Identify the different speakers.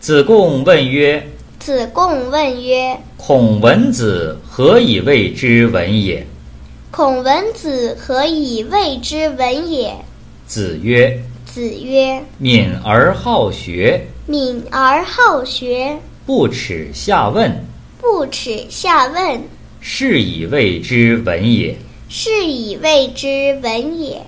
Speaker 1: 子贡问曰
Speaker 2: 子贡问曰：“
Speaker 1: 孔文子何以谓之文也？”
Speaker 2: 孔文子何以谓之文也？”
Speaker 1: 子曰
Speaker 2: 子曰：“
Speaker 1: 敏而好学，：“
Speaker 2: 敏而好学，
Speaker 1: 不耻下问，
Speaker 2: 不耻下问，
Speaker 1: 是以谓之文也。”
Speaker 2: 是以谓之文也。”